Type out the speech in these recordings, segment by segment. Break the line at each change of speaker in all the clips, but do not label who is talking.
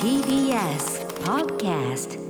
TBS Podcast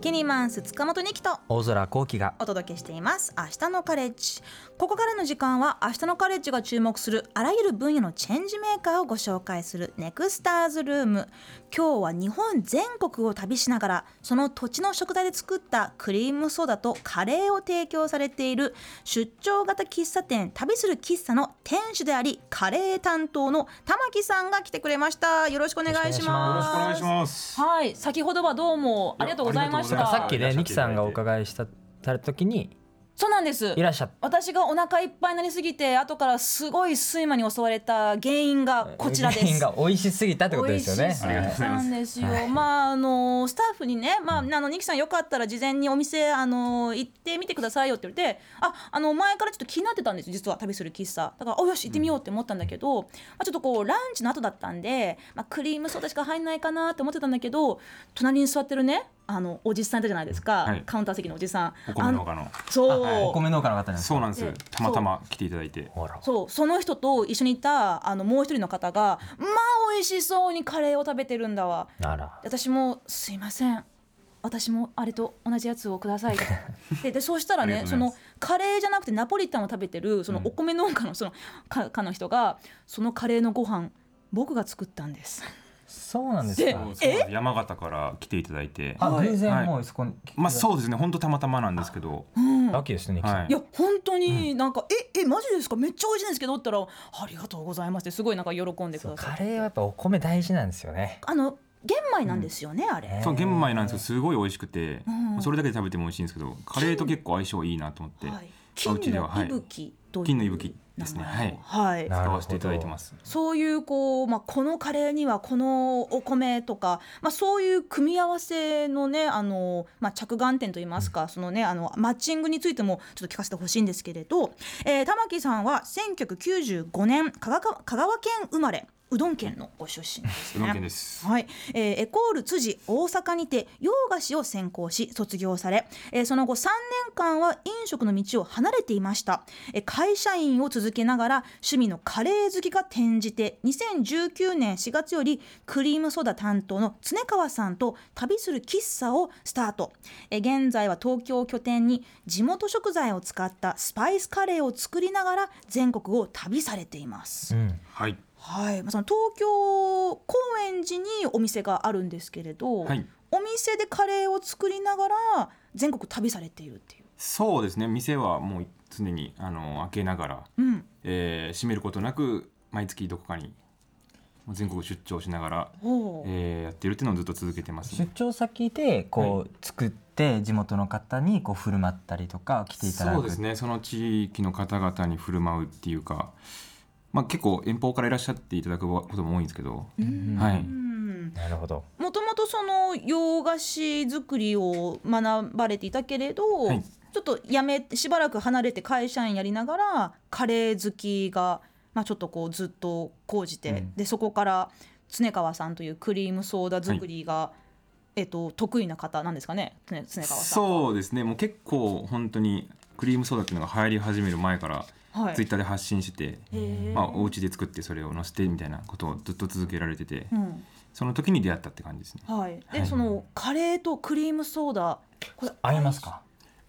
キニマンス塚本にきと
大空幸輝が
お届けしています明日のカレッジここからの時間は明日のカレッジが注目するあらゆる分野のチェンジメーカーをご紹介するネクスターズルーム今日は日本全国を旅しながらその土地の食材で作ったクリームソーダとカレーを提供されている出張型喫茶店旅する喫茶の店主でありカレー担当の玉木さんが来てくれましたよろしくお願いし
よろしくお願
ま
いし
す
ます。
はい先ほどはどうもありがとうございまし
いや
た
あ
さ
りがとうございます
っき
いら
ね
っしゃって
ニキさんがお伺いしたた時に
そうなんです
いらっしゃっ
私がお腹いっぱいになりすぎて後からすごい睡魔に襲われた原因が
た
こちらで
原因
す。
が美味しすぎたってこと
美
で
味し
すよね
ありがとうござい
な
ま
ん
す
ですよ。まああのスタッフにね、まああのニキさんよかったら事前にお店あの行ってみてくださいよって言われて、ああの前からちょっと気になってたんですよ実は旅する喫茶。だからおよし行ってみようって思ったんだけど、まあちょっとこうランチの後だったんで、まあクリームソーダしか入んないかなって思ってたんだけど、隣に座ってるね。あのおじさんいたじゃないですか、
はい
カウンター席のおじさん
お米農家の。
あそう、
お米農家の方なんです
そうなんですよ
で。
たまたま来ていただいて。
ほら
そうその人と一緒にいたあのもう一人の方がまあ美味しそうにカレーを食べてるんだわ
あら
私も「すいません私もあれと同じやつをください」 ででそうしたら
あり
ね
がと
そう
ございま
のカレーじゃなくてナポリタンを食べてるそのお米農家のそのかかの人がそのカレーのご飯僕が作ったんです。
そうなんです
で
か
そうなんです山形から来ていただいて。
あ偶然
はい
もうそこに
まあそうですね。本当たまたまなんですけど。
うん
ラッキーですねニキさ
は
ん
い
い。や本当になんか「ええマジですかめっちゃ美味しいんですけど」って言ったら「ありがとうございます」ってすごいなんか喜んでく
そう
ださ
カ
い
レーはやっぱお米大事なんですよね
あの玄米なんですよね、あれ。
ね
そう玄米なんですけどすごい美味しくて
うん、
それだけで食べても美味しいんですけど、カレーと結構相性いいなと思って。
はい、
うち
金
で
の
ははい
息吹という
金の息吹ですね
名前をはい
なるほど
使わせていただいてます。
そういうこう、まあ、このカレーにはこのお米とか、まあ、そういう組み合わせのねあの、まあ、着眼点といいますかその、ね、あのマッチングについてもちょっと聞かせてほしいんですけれど、えー玉木さんは1995年香川香川県生まれうどん県のご出身です
う
ね。
どん県です。
はい、えーエコール辻大阪にて洋菓子を専攻し卒業され、えーその後3年間は飲食の道を離れていました、えー会社員を続けながら趣味のカレー好きが転じて2019年4月よりクリームソーダ担当の常川さんと旅する喫茶をスタート、えー現在は東京を拠点に地元食材を使ったスパイスカレーを作りながら全国を旅されています
うん
はい。
はい、まあその東京高円寺にお店があるんですけれど、
はい
お店でカレーを作りながら全国旅されているっていう。
そうですね。店はもう常にあの開けながら、
うん、
えー閉めることなく毎月どこかにもう全国出張しながら、
ほう、
えーやってるっていうのをずっと続けてます
出。張先でこう作って地元の方にこう振る舞ったりとか来ていただく
そうですねその地域の方々に振る舞うっていうか、まあ、結構遠方からいらっしゃっていただくことも多いんですけど、
うん
はい
うん
なるほど
もともとその洋菓子作りを学ばれていたけれど、
はい
ちょっとやめしばらく離れて会社員やりながらカレー好きが、まあ、ちょっとこうずっと講じて、
うん
でそこから常川さんというクリームソーダ作りが、えっと、得意な方なんですかね常常川さんは。
そうですねもう結構本当にクリームソーダっていうのが流行り始める前から
はい
ツイッターで発信して、
へえ
まあ、お家で作ってそれを載せてみたいなことをずっと続けられてて、
うん
その時に出会ったって感じですね。
はい、で、
はい
そのカレーとクリームソーダこれ
合いますか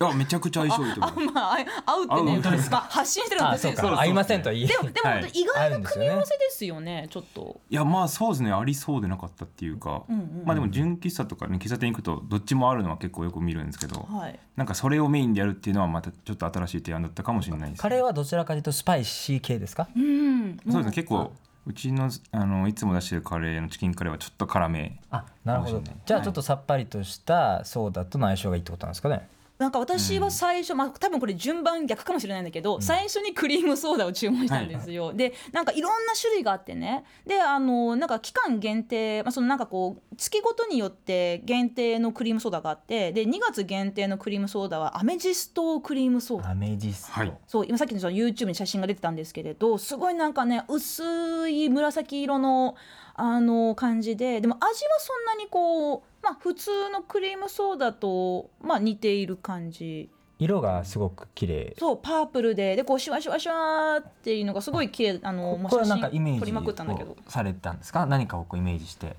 いやめちゃくちゃ相性いいと思います
まああい合うって
合う
ね
本当で す
まあ、発信してるん
あ
です
そう
よ
そうそう
か合いませんとは言え
でもでも、
はい
意外
合う
なん
です
組
よ
み
ね
合わせですよねちょっと。
いやまあそうですねありそうでなかったっていうか、
うんうん
まあでも純喫茶とかね喫茶店行くとどっちもあるのは結構よく見るんですけど、
はい
なんかそれをメインでやるっていうのはまたちょっと新しい提案だったかもしれないです
カレーはどちらかというとスパイシー系ですか
うん、
そうですね結構うちのあのいつも出してるカレーのチキンカレーはちょっと辛め
あなるほ
か
ど
もしれない
じゃあちょっとさっぱりとしたソーダとの相性がいいってことなんですかね
なんか私は最初、まあ、多分これ順番逆かもしれないんだけど、最初にクリームソーダを注文したんですよ、でなんかいろんな種類があってねであのなんか期間限定、まあ、そのなんかこう月ごとによって限定のクリームソーダがあってで2月限定のクリームソーダはアメジストクリームソーダ
アメジスト、
はい
そう今さっきのその YouTube に写真が出てたんですけれどすごいなんかね薄い紫色のあの感じででも味はそんなにこう、まあ、普通のクリームソーダと、まあ、似ている感じ
色がすごく綺麗
そうパープルででこうシュワシュワシュワーっていうのがすごい綺麗あのもう
これはなんか
写
イメ
真撮りまくったんだ
ージ
けど
をされたんですか何かをこうイメージして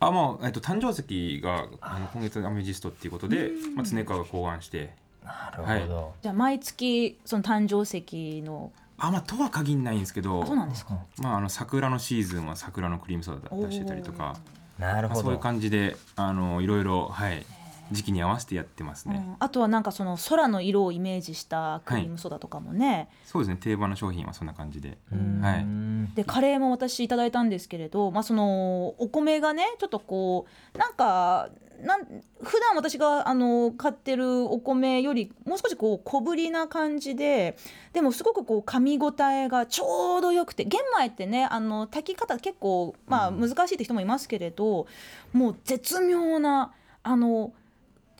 あもう、えっと、誕生石があの今月アメジストっていうことで、まあ、常川が考案して
な
るほど
じゃあ毎月その誕生石の
あまあとは限んないんですけど
あそうなんですか
まあ、あの桜のシーズンは桜のクリームソーダ出してたりとか、
なる
ま
ほ
あ
ど
そういう感じであのいろいろ、はい、時期に合わせてやってますね、
うんあとはなんかその空の色をイメージしたクリームソーダとかもね、
そうですね定番の商品はそんな感じで
うん
はい
でカレーも私いただいたんですけれど、まあ、そのお米がねちょっとこうなんかなん普段私があの買ってるお米よりもう少しこう小ぶりな感じででもすごくこう噛み応えがちょうどよくて玄米ってねあの炊き方結構、まあ、難しいって人もいますけれど、もう絶妙なあの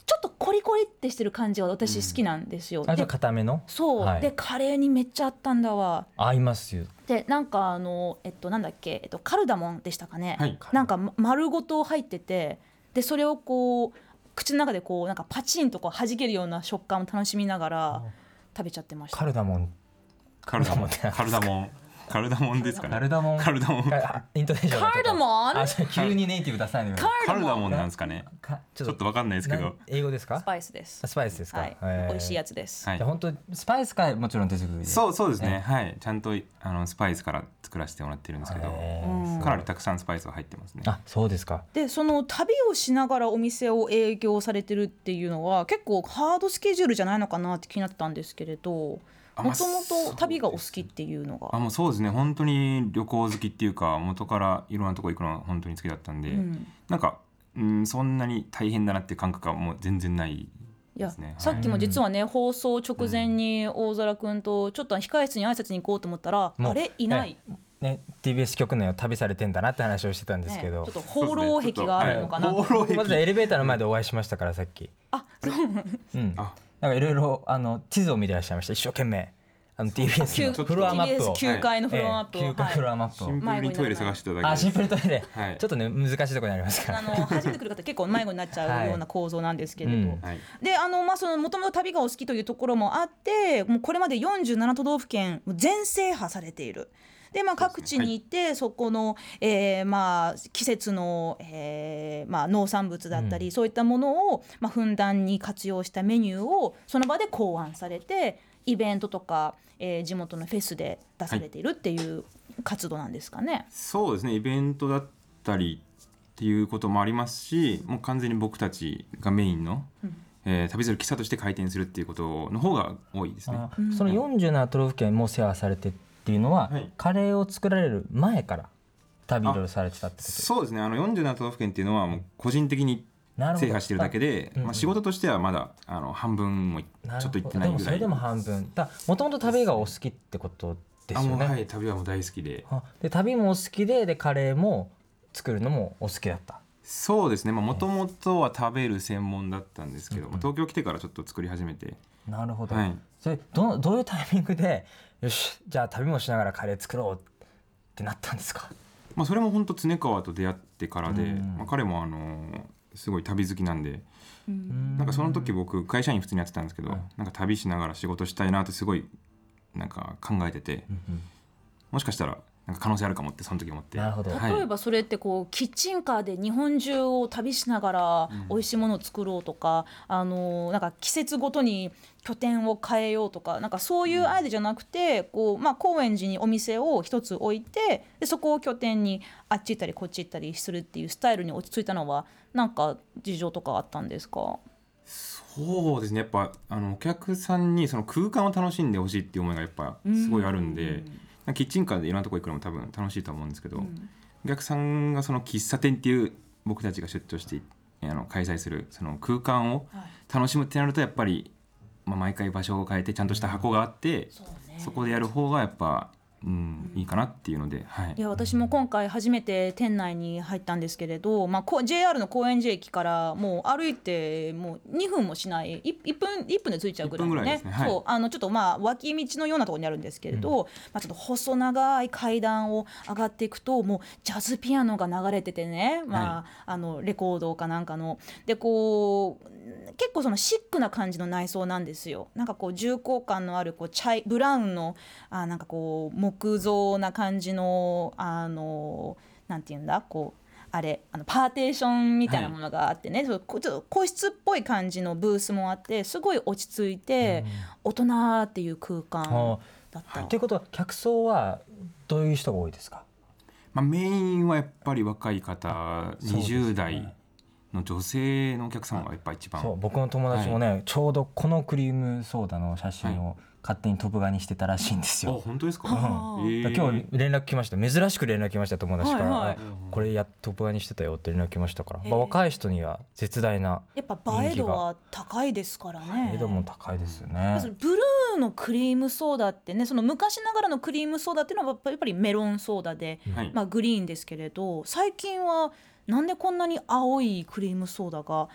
ちょっとコリコリってしてる感じが私好きなんですよ。
あじゃ
で
あ固めの
そう、
はい
でカレーにめっちゃあったんだわ
合いますよ
でなんかあのえっとなんだっけ、えっと、カルダモンでしたかね、
はい
なんかま丸ごと入っててでそれをこう口の中でこうなんかパチンとこう弾けるような食感を楽しみながら食べちゃってました
カルダモン
カルダモン
カ
カルダモンカルダモンですか
カ
ね
ルダモン
カルダモンカ
あイントネーションが
カルダモン
あそう急にネイティブ出さないでください
ルダモンなんですかね
かち
ちょっとわかんないですけど
英語です
ス
か
パイスです
あスパイスですか
はい、
へー
美味しいやつです、
はい
じゃあ本当スパイスかもちろん手作りで
そううそうですねはいちゃんとあのスパイスから作らせてもらってるんですけど
うん
かなりたくさんスパイスが入ってますね
あそうですか
でその旅をしながらお店を営業されてるっていうのは結構ハードスケジュールじゃないのかなって気になってたんですけれども
あ
と
まあ
もと旅がお好きっていうの
あ
が。
もうそうですね本当に旅行好きっていうか元からいろんなとこ行くのは本当に好きだったんで、
うん
なんか、うん、そんなに大変だなっていう感覚はもう全然ない
いや
ですね
さっきも実はね、放送直前に大空くんとちょっと控え室に挨拶に行こうと思ったら、
も
あ
う
れいない、
ね TBS 局内を旅されてんだなって話をしてたんです
ね
け
ちょ
ど
っと放浪癖があるのかな、
そうですねちょっとはい放
ま
浪
ず
癖
エレベーターの前でお会いしましたからさっき
あそうなんです
うん
あ
なんかいろいろあの地図を見てらっしゃいました一生懸命あの TBS
旧
の
ちょっと
フロアマップを
TBS9 階のフロアマップを、
ええ旧館フロアマップ
シ
を、
ンプルにトイレ探してただけ
あシンプルトイレ、
はい
ちょっとね難しいところにありますか
あ
ら
の初めて来る方結構迷子になっちゃうような構造なんですけれど、
はいうん
はい、
であのまあそのもともと旅がお好きというところもあってもうこれまで47都道府県全制覇されている。でまあ、
そうです
各
ね
地に行ってそ,、この、えーまあ、季節の、えーまあ、農産物だったり、
うん
そういったものを、まあ、ふんだんに活用したメニューをその場で考案されてイベントとか、えー地元のフェスで出されているっていう活動なんですかね。
そうですねイベントだったりっていうこともありますしもう完全に僕たちがメインの、えー旅する喫茶として開店するっていうことの方が多いですね
あその47都道府県も世話されてっていうのは、
はい
カレーを作られる前から旅いろいろされてたってこと
そうですねあの47都道府県っていうのはもう個人的に
なるほど
制覇してるだけで、
うんうん
まあ、仕事としてはまだあの半分もい
なる
ち
ほ
ょっと
ど
行ってない
でも
ぐ
そ
らい
れでも半分だもともと旅がお好きってことですよ
あもうは
ね
い旅はもう大好きで
あで旅もお好きででカレーも作るのもお好きだった
そうですねもともとは食べる専門だったんですけど、
うんうん
東京来てからちょっと作り始めて、
なるほど、
はい、
それどどういうタイミングでよしじゃあ旅もしながらカレー作ろうってなったんですか
まあ、それも本当常川と出会ってからで、
うん
まあ、彼もあのーすごい旅好きなんで
な
なんかその時僕会社員普通にやってたんですけど、
はい
なんか旅しながら仕事したいなってすごいなんか考えてて、もしかしたらなんか可能性あるかもってその時思って
なるほど
はい
例えばそれってこうキッチンカーで日本中を旅しながら
うん
美味しいものを作ろうとか、あのなんか季節ごとに拠点を変えようとかなんかそういうアイデアじゃなくて、こうまあ、高円寺にお店を一つ置いてでそこを拠点にあっち行ったりこっち行ったりするっていうスタイルに落ち着いたのはなんか事情とかあったんですか
そうですねやっぱあのお客さんにその空間を楽しんでほしいっていう思いがやっぱすごいあるんで、なんかキッチンカーでいろんなとこ行くのも多分楽しいと思うんですけど、
ん
お客さんがその喫茶店っていう僕たちが出張してあの開催するその空間を
はい
楽しむってなるとやっぱり、まあ、毎回場所を変えてちゃんとした箱があって、
そうね
そこでやる方がやっぱうん、いいかなっていうので、はい
い、や私も今回初めて店内に入ったんですけれど、まあ、こう JR の高円寺駅からもう歩いてもう2分もしないい1分1分で着いちゃうぐらいの
1分ぐ
ね
らいですねはい
そうあのちょっとまあ脇道のようなところにあるんですけれど、まあ、ちょっと細長い階段を上がっていくともうジャズピアノが流れててね、まあ
は
あのレコードかなんかのでこう結構そのシックな感じの内装なんですよなんかこう重厚感のあるこうチャイブラウンのあなんかこう木造な感じのあのなんていうんだこうあれあのパーテーションみたいなものがあってね、そうこちょっと個室っぽい感じのブースもあってすごい落ち着いて、大人っていう空間
あ
だった。
あということは客層はどういう人が多いですか
まあ、メインはやっぱり若い方
そうですね
20代の女性のお客様がやっぱ一番
そう僕の友達もね、ちょうどこのクリームソーダの写真を勝手にトップガンにしてたらしいんです
あ
よ。
本当ですか、
あー
え
だ
ー
から今日連絡来ました珍しく連絡来ました友達から、
はいはい
あこれやトップガンにしてたよって連絡来ましたから、
へえ
まあ、若い人には絶大な
やっぱ映え度は高いですからね。
エドも高いですよ
その
ね。
ブルーのクリームソーダってねその昔ながらのクリームソーダっていうのはやっぱりメロンソーダで、
はい
まあ、グリーンですけれど最近はなんでこんなに青いクリームソーダが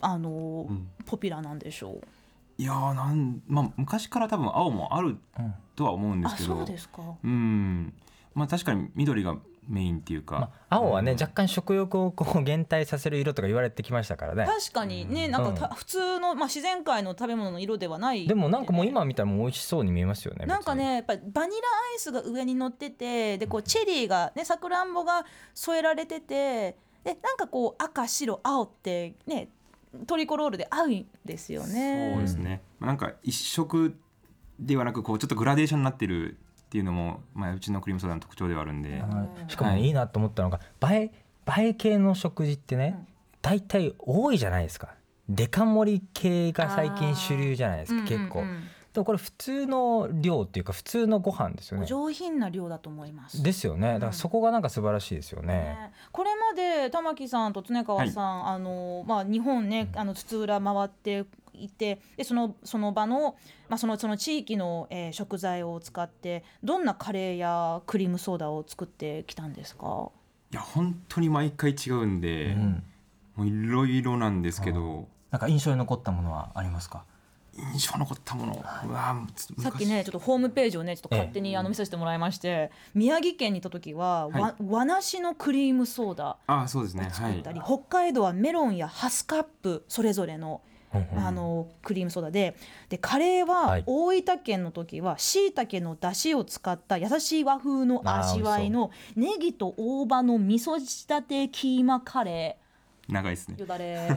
あの、
うん
ポピュラーなんでしょ
いやーなん、まあ、昔から多分青もある
うん
とは思うん
う
で
あ
すけど
そうですか
うんまあ確かに緑がメインっていうか、
まあ、青はね、
うん
若干食欲をこう減退させる色とか言われてきましたからね。
確かにねなんかた、
うん
普通の、まあ、自然界の食べ物の色ではない
でもなんかもう今見たらもう美味しそうに見えますよね。
なんかねやっぱりバニラアイスが上に乗っててでこうチェリーがねさくらんぼが添えられててでなんかこう赤白青ってねトリコロールで合うんですよね。
そうですね、まあなんか一色ではなくこうちょっとグラデーションになってるっていうのも、まあ、うちのクリームソーダの特徴ではあるんで、
別に。
うん
しかもいいなと思ったのが、映え、映え系の食事ってね、大体多いじゃないですか。デカ盛り系が最近主流じゃないですか、結構。
うん
で
うんうん
もこれ普通の量っていうか普通のご飯ですよ
お
ね。
上品な量だと思います。
ですよね。だか
うん
らそこがなんか素晴らしいですよね。
ねこれまで玉木さんと常川さん、あのまあ、日本ねあの津々浦回っていてでそのその場の,、まあ、そのその地域の、えー食材を使ってどんなカレーやクリームソーダを作ってきたんですか
いや本当に毎回違うんで、
うん
もういろいろなんですけど
なんか印象に残ったものはありますか。
印象に残ったもの、うわーちょと難しい
さっきねちょっとホームページをねちょっと勝手にあの見させてもらいまして宮城県にいた時は、
は
わ和梨のクリームソーダ
あそうですね
を
は
作っ
い
たり、北海道はメロンやハスカップそれぞれの
うんうん
あのクリームソーダででカレー
は
はい大分県の時はしいたけの出汁を使った優しい和風の味わいのネギと大葉の味噌仕立てキーマカレ
長いですね
ーよだれ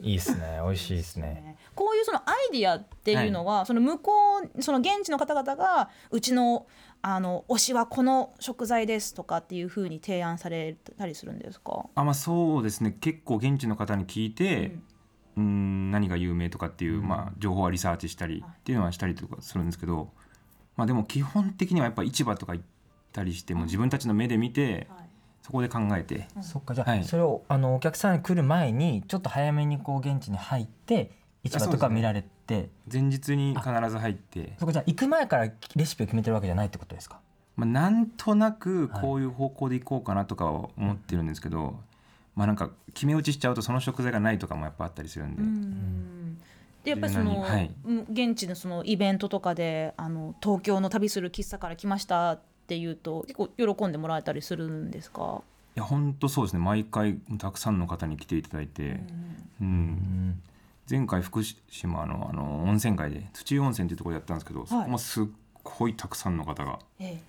いいです ね。美味しいです ね。
こういうそのアイディアっていうのは、その向こうその現地の方々がうちのあの推しはこの食材ですとかっていうふうに提案されたりするんですか
あまあそうですね結構現地の方に聞いて、うん、何が有名とかっていう、
うん
まあ、情報はリサーチしたり
はい
っていうのはしたりとかするんですけど、まあ、でも基本的にはやっぱ市場とか行ったりしても自分たちの目で見て
はい
そこで考えて
うん
そっかじゃあ、
はい
それをあのお客さんに来る前にちょっと早めにこう現地に入って市場とか見られてそ,、
前日に必ず入って
こじゃあ行く前からレシピを決めてるわけじゃないってことですか
まあ、なんとなくこういう方向で行こうかなとかは思ってるんですけど、まあなんか決め打ちしちゃうとその食材がないとかもやっぱあったりするんで、
うんでやっぱりその、
柔軟にはい
うん現地のそのイベントとかであの東京の旅する喫茶から来ましたっていうと結構喜んでもらえたりするんですか、
いや本当そうですね毎回たくさんの方に来ていただいて、
う
うん
ん
前回福島のあの温泉街で土湯温泉っていうところでやったんですけど、そこもすっごいたくさんの方が
え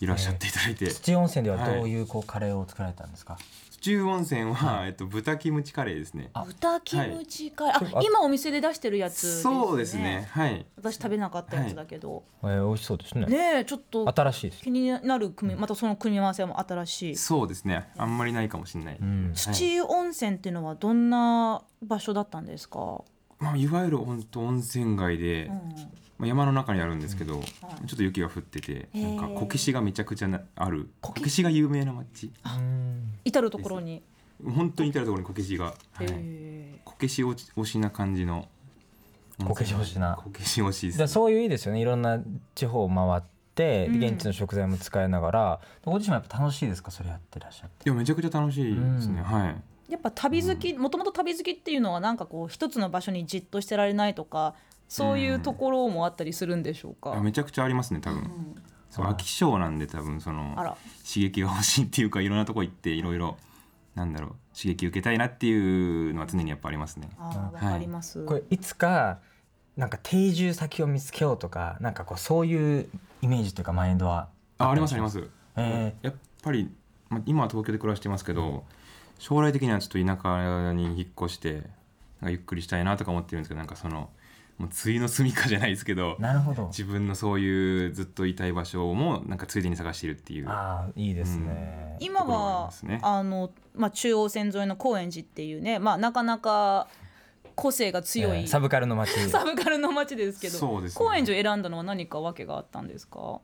いらっしゃっていただいて、
土温泉ではどういうこうカレーを作られたんですか、
土湯温泉は、えっと、豚キムチカレーですね
え、豚キムチカレー、
は
あ
い
今お店で出してるやつ
そうですねはい
私食べなかったやつだけど、
えー美味しそうですね
ねえちょっと
新しいです
気になる組みまたその組み合わせも新しい
そうですねあんまりないかもしれない、
うん
土湯温泉っていうのはどんな場所だったんですか、
まあ、いわゆる本当温泉街で、
うん
まあ、山の中にあるんですけど、
はい
ちょっと雪が降ってて
へ
な
ー
んかこけしがめちゃくちゃなある
こ
こ
け
けしが有名な町
うん
至る所に、
本当に至る所にこけしが、はい
ええ
こけし推し推しな感じの
こけし推しな
こけし推しです
じゃあそういういいですよねいろんな地方を回ってって、
うん
で現地の食材も使いながらご自身もやっぱ楽しいですかそれやってらっしゃって
いやめちゃくちゃ楽しいですね、
うん
はい
やっぱ旅好きもともと旅好きっていうのはなんかこう一つの場所にじっとしてられないとかそういうところもあったりするんでしょうか、
あめちゃくちゃありますね多分、
ん
そう飽き性なんで多分その
あら
刺激が欲しいっていうかいろんなとこ行っていろいろなんだろう刺激受けたいなっていうのは常にやっぱありますね
あーわ
はい
かります、
これいつかなんか定住先を見つけようとかなんかこうそういうイメージというかマインドは、
あありますありますす
え
やっぱり、まあ、今は東京で暮らしてますけど将来的にはちょっと田舎に引っ越してなんかゆっくりしたいなとか思ってるんですけどなんかそのもうついの住みかじゃないですけど
ーなるほど
自分のそういうずっといたい場所もなんかついでに探しているっていう
ああいいですね、
今
ところがあり
は
ますね
あの、まあ、中央線沿いの高円寺っていうね、まあ、なかなか個性が強い、
えーサブカルの街
サブカルの街ですけど
そうですね
高円寺を選んだのは何か訳があったんですか、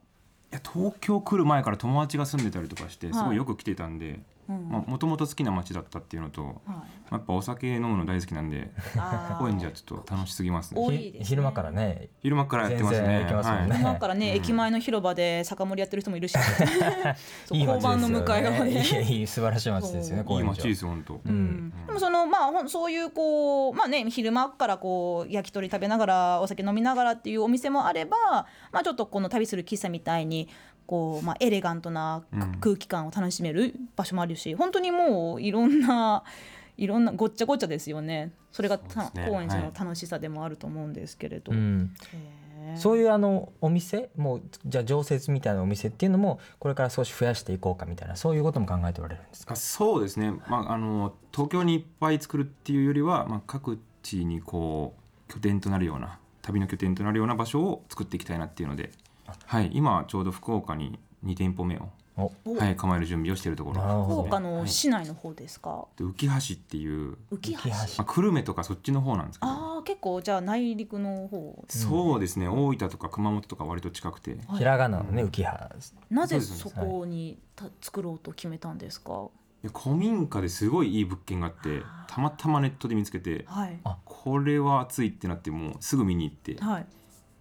いや東京来る前から友達が住んでたりとかして
はい
すごいよく来てたんで
うん
もともと好きな街だったっていうのと、ま
は
あやっぱお酒飲むの大好きなん で
い、あー
高円寺はちょっと楽しすぎます
お
ね
多いですね
ひ昼間からね
昼間からやってます
全
ね
然行けますもんね
はい
今からね、駅前の広場で酒盛りやってる人もい るしそう
いい
交
街ですよ
番
ね
の向かい側で、
いやいい素晴らしい街ですよ
そ
ね
う
高
いい
円
街
寺
ですよ本当、
う
うんん
でもそのまあほんそういうこうまあね昼間からこう焼き鳥食べながらお酒飲みながらっていうお店もあればまあちょっとこの旅する喫茶みたいにこうまあエレガントな
うん
空気感を楽しめる場所もあるし本当にもういろんないろんなごっちゃごっちゃですよねそれがた
そうですね
高円寺
は
の
い
楽しさでもあると思うんですけれど、
うん
へー
そういうあのお店もうじゃあ常設みたいなお店っていうのもこれから少し増やしていこうかみたいなそういうことも考えておられるんですか
あそうですね、まあ、あの東京にいっぱい作るっていうよりは、まあ、各地にこう拠点となるような旅の拠点となるような場所を作っていきたいなっていうので、はい、今ちょうど福岡に2店舗目を、
お
お
はい、構える準備をしているところ
なるほ
福
ど
岡の
はい
市内の方ですか、
で浮橋っていう、
浮橋
浮橋
まあ、久留米とかそっちの方なんですけど
ああ結構じゃあ内陸の方
そうですね大分とか熊本とか割と近くて
はい
ひらがなのね浮き葉
なぜそう
で
そ
すね
こにた作ろうと決めたんですか。
いや古民家ですごいいい物件があってたまたまネットで見つけて
はい。
あ
これは暑いってなってもうすぐ見に行って、
はい。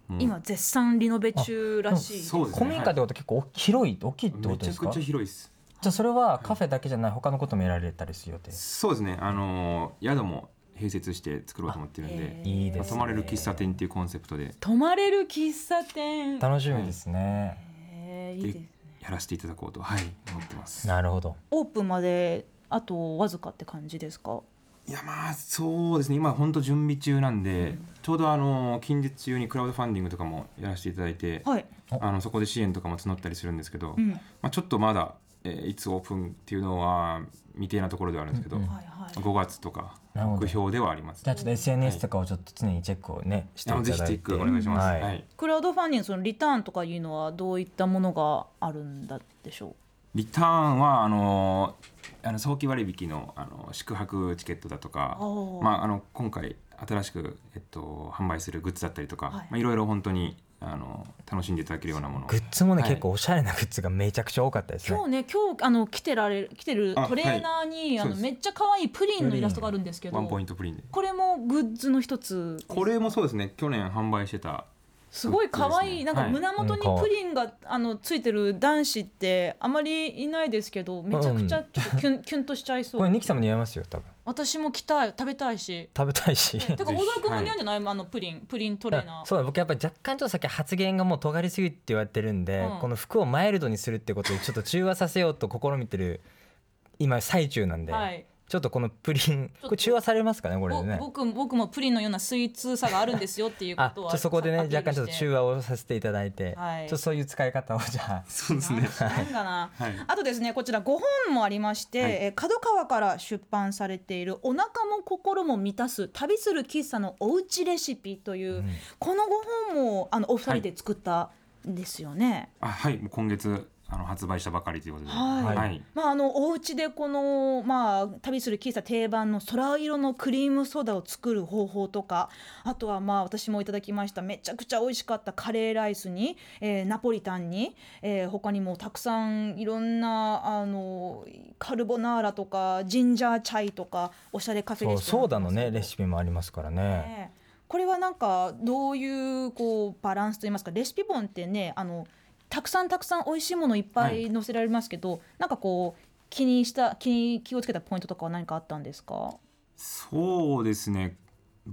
もう
今絶賛リノベ中らしい。
そうですね
古民家ってことは結構大き広い大きいってこ
め
と
ち
で
ゃ
すか
くちゃ広いです
じゃあそれはカフェだけじゃない他のこともやられたりする予定
そうですね、あのー宿も併設して作ろうと思ってるん
へ
で、
ー
いい
ま
で
あ
す
泊まれる喫茶店っていうコンセプトで
泊まれる喫茶店。
楽しみですね、
へーいいですね。
やらせていただこうと、はい、思ってます。
なるほど
オープンまであとわずかって感じですか。
いやまあそうですね、今本当準備中なんで、ちょうどあのー近日中にクラウドファンディングとかもやらせていただいて、
はい。
あのそこで支援とかも募ったりするんですけど、
うん。
ま
はい
あちょっとまだ、えーいつオープンっていうのは未定なところではあるんですけど、
うんうん
はい。
5月とか
なるほど
目標ではあります
じゃ。あちょっと SNS とかをちょっと常にチェックをねしてい
あ
ただ
の
いて
ぜひチェックお願いします。
はい
はい
クラウドファンディングそのリターンとかいうのはどういったものがあるんだでしょ
リターンはあのあの早期割引のあの宿泊チケットだとか
おー
まあ、あの今回新しく、えっと、販売するグッズだったりとか、
はい
いまあ、いろいろ本当にあの楽しんでいただけるようなもの
グッズもね、
はい
結構おしゃれなグッズがめちゃくちゃ多かったです
う。今
ね
日ね今日あの来てられ来てる
あ
トレーナーにあ,、の
はいそうです
めっちゃ可愛いプリンのイラストがあるんですけど。
ワンポイントプリンで
これもグッズの一つですか
これもそうですね去年販売してた
すごい可愛い、
そ
な
うん
か
ですね
胸元に
はい
プリンがあのついてる男子ってあまりいないですけどめちゃくちゃちょっと キュンキュンとしちゃいそ
これ
う
ニキさんも似合いますよ多分
私も着たい食べたい して
食べたいし
か小沢君も似合うんじゃない、あのプリンプリントレーナー
そうだ僕やっぱり若干ちょっと先発言がもう尖りすぎって言われてるんで、
うん
この服をマイルドにするってことをちょっと中和させようと試みてる今最中なんで、
はい
ちょっとこのプリン
と
これ中和されますかねこれでね
ぼ僕僕もプリンのようなスイーツさがあるんですよっていうこ
あち
と
ょ
は
っとそこでね若干ちょっと中
和
和をさせていただいて、
はい
ちょっとそういう使い方をじゃあ
そうです
なん
ね
かなんかな
はい
あとですねこちら5本もありまして、
はい
えー角川から出版されている「お腹も心も満たす旅する喫茶のおうちレシピ」という、
ん
この5本もあのお二人で作ったんですよね。
あはいもう今月あの発売したばかりということで
はい
はい
まあ、あのお家でこの、まあ、旅する喫茶定番の空色のクリームソーダを作る方法とかあとはまあ私もいただきましためちゃくちゃ美味しかったカレーライスに、えーナポリタンに、えー他にもたくさんいろんなあのカルボナーラとかジンジャーチャイとかおしゃれカフェ
そ
レ
う
ストラン
ソーダの
な
ね
んで
レ
す
シピもありますからね
けどねこれはなんかどういうこうバランスといいますかレシピ本ってねあのたくさんたくさん美味しいものいっぱい載せられますけど、なんかこう気にした気に気をつけたポイントとかは何かあったんですか
そうですね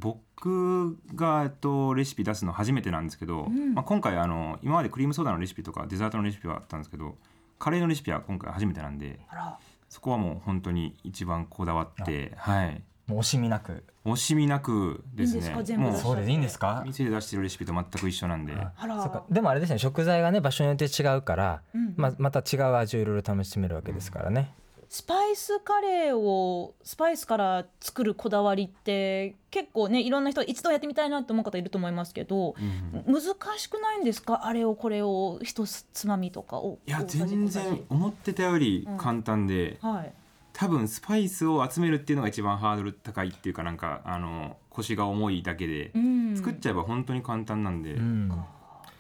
僕が、えっと、レシピ出すの初めてなんですけど、
うん
まあ、今回あの今までクリームソーダのレシピとかデザートのレシピはあったんですけどカレーのレシピは今回初めてなんで
あら
そこはもう本当に一番こだわってはい
もう惜しみなく
惜しみなくですね
いいんですか全部
も
出し
う
そうですいいんですか
店で出してるレシピと全く一緒なんで
あ
あら
そうかでもあれですね食材がね場所によって違うから、
うん
ままた違う味をいろいろ試してみるわけですからね、
スパイスカレーをスパイスから作るこだわりって結構ねいろんな人一度やってみたいなと思う方いると思いますけど、
うん
難しくないんですかあれをこれを一つつまみとかを
いや全然思ってたより簡単で、
はい
多分スパイスを集めるっていうのが一番ハードル高いっていうかなんかあの腰が重いだけで、
うん
作っちゃえば本当に簡単なんで、
うん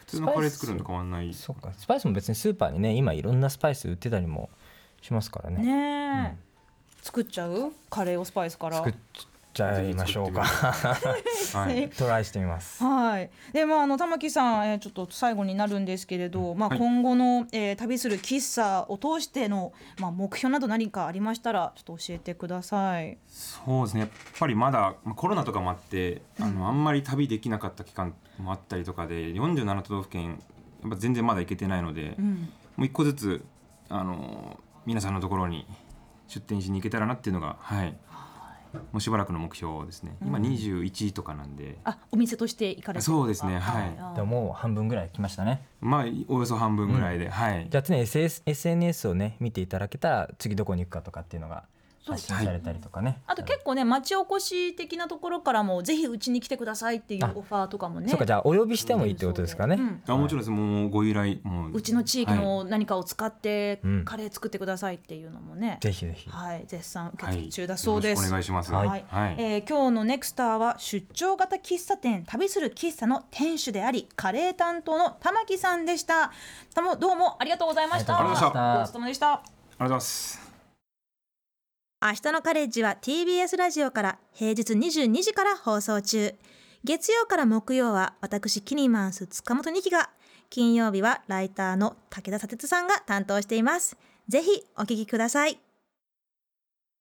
普通のカレー作るのと変わんない
そうかスパイスも別にスーパーにね今いろんなスパイス売ってたりもしますからね
ねえ、作っちゃうカレーをスパイスから
作っちゃいましょうか
はい、
トライしてみます
はい、でまああの玉木さん、えーちょっと最後になるんですけれど、まあ
はい
今後の、えー旅する喫茶を通してのまあ目標など何かありましたらちょっと教えてください。
そうですねやっぱりまだまあコロナとかもあってあのあんまり旅できなかった期間もあったりとかで47都道府県やっぱ全然まだ行けてないので、
うん、
もう一個ずつあの皆さんのところに出店しに行けたらなっていうのがはいもうしばらくの目標ですね今21位とかなんで、
あお店として行かれてる
そうですねはい
あ
でももう半分ぐらい来ましたね
まあおよそ半分ぐらいで、はい
じゃあ常に SS SNS をね見ていただけたら次どこに行くかとかっていうのが
そうで
発
す
信されたりとかね、
あと結構ね町おこし的なところからもぜひうちに来てくださいっていうオファーとかもね。
そうかじゃあお呼びしてもいいってことですかね、
うん
あもちろんですもうご依頼もう
うちの地域の何かを使って
うん
カレー作ってくださいっていうのもね、
ぜひぜひ
はい、絶賛受
は
け
い
付け中だそうです。
よろしくお願いします
はい
はいえー今日のネクスターは出張型喫茶店旅する喫茶の店主でありカレー担当の玉木さんでしたたもどうもありがとうございました
あり
がとうござい
ました
ごちそうさまでした
ありがとうございます
明日のカレッジは TBS ラジオから平日22時から放送中月曜から木曜は私キニマンス塚本二希が金曜日はライターの武田砂鉄さんが担当していますぜひお聞きください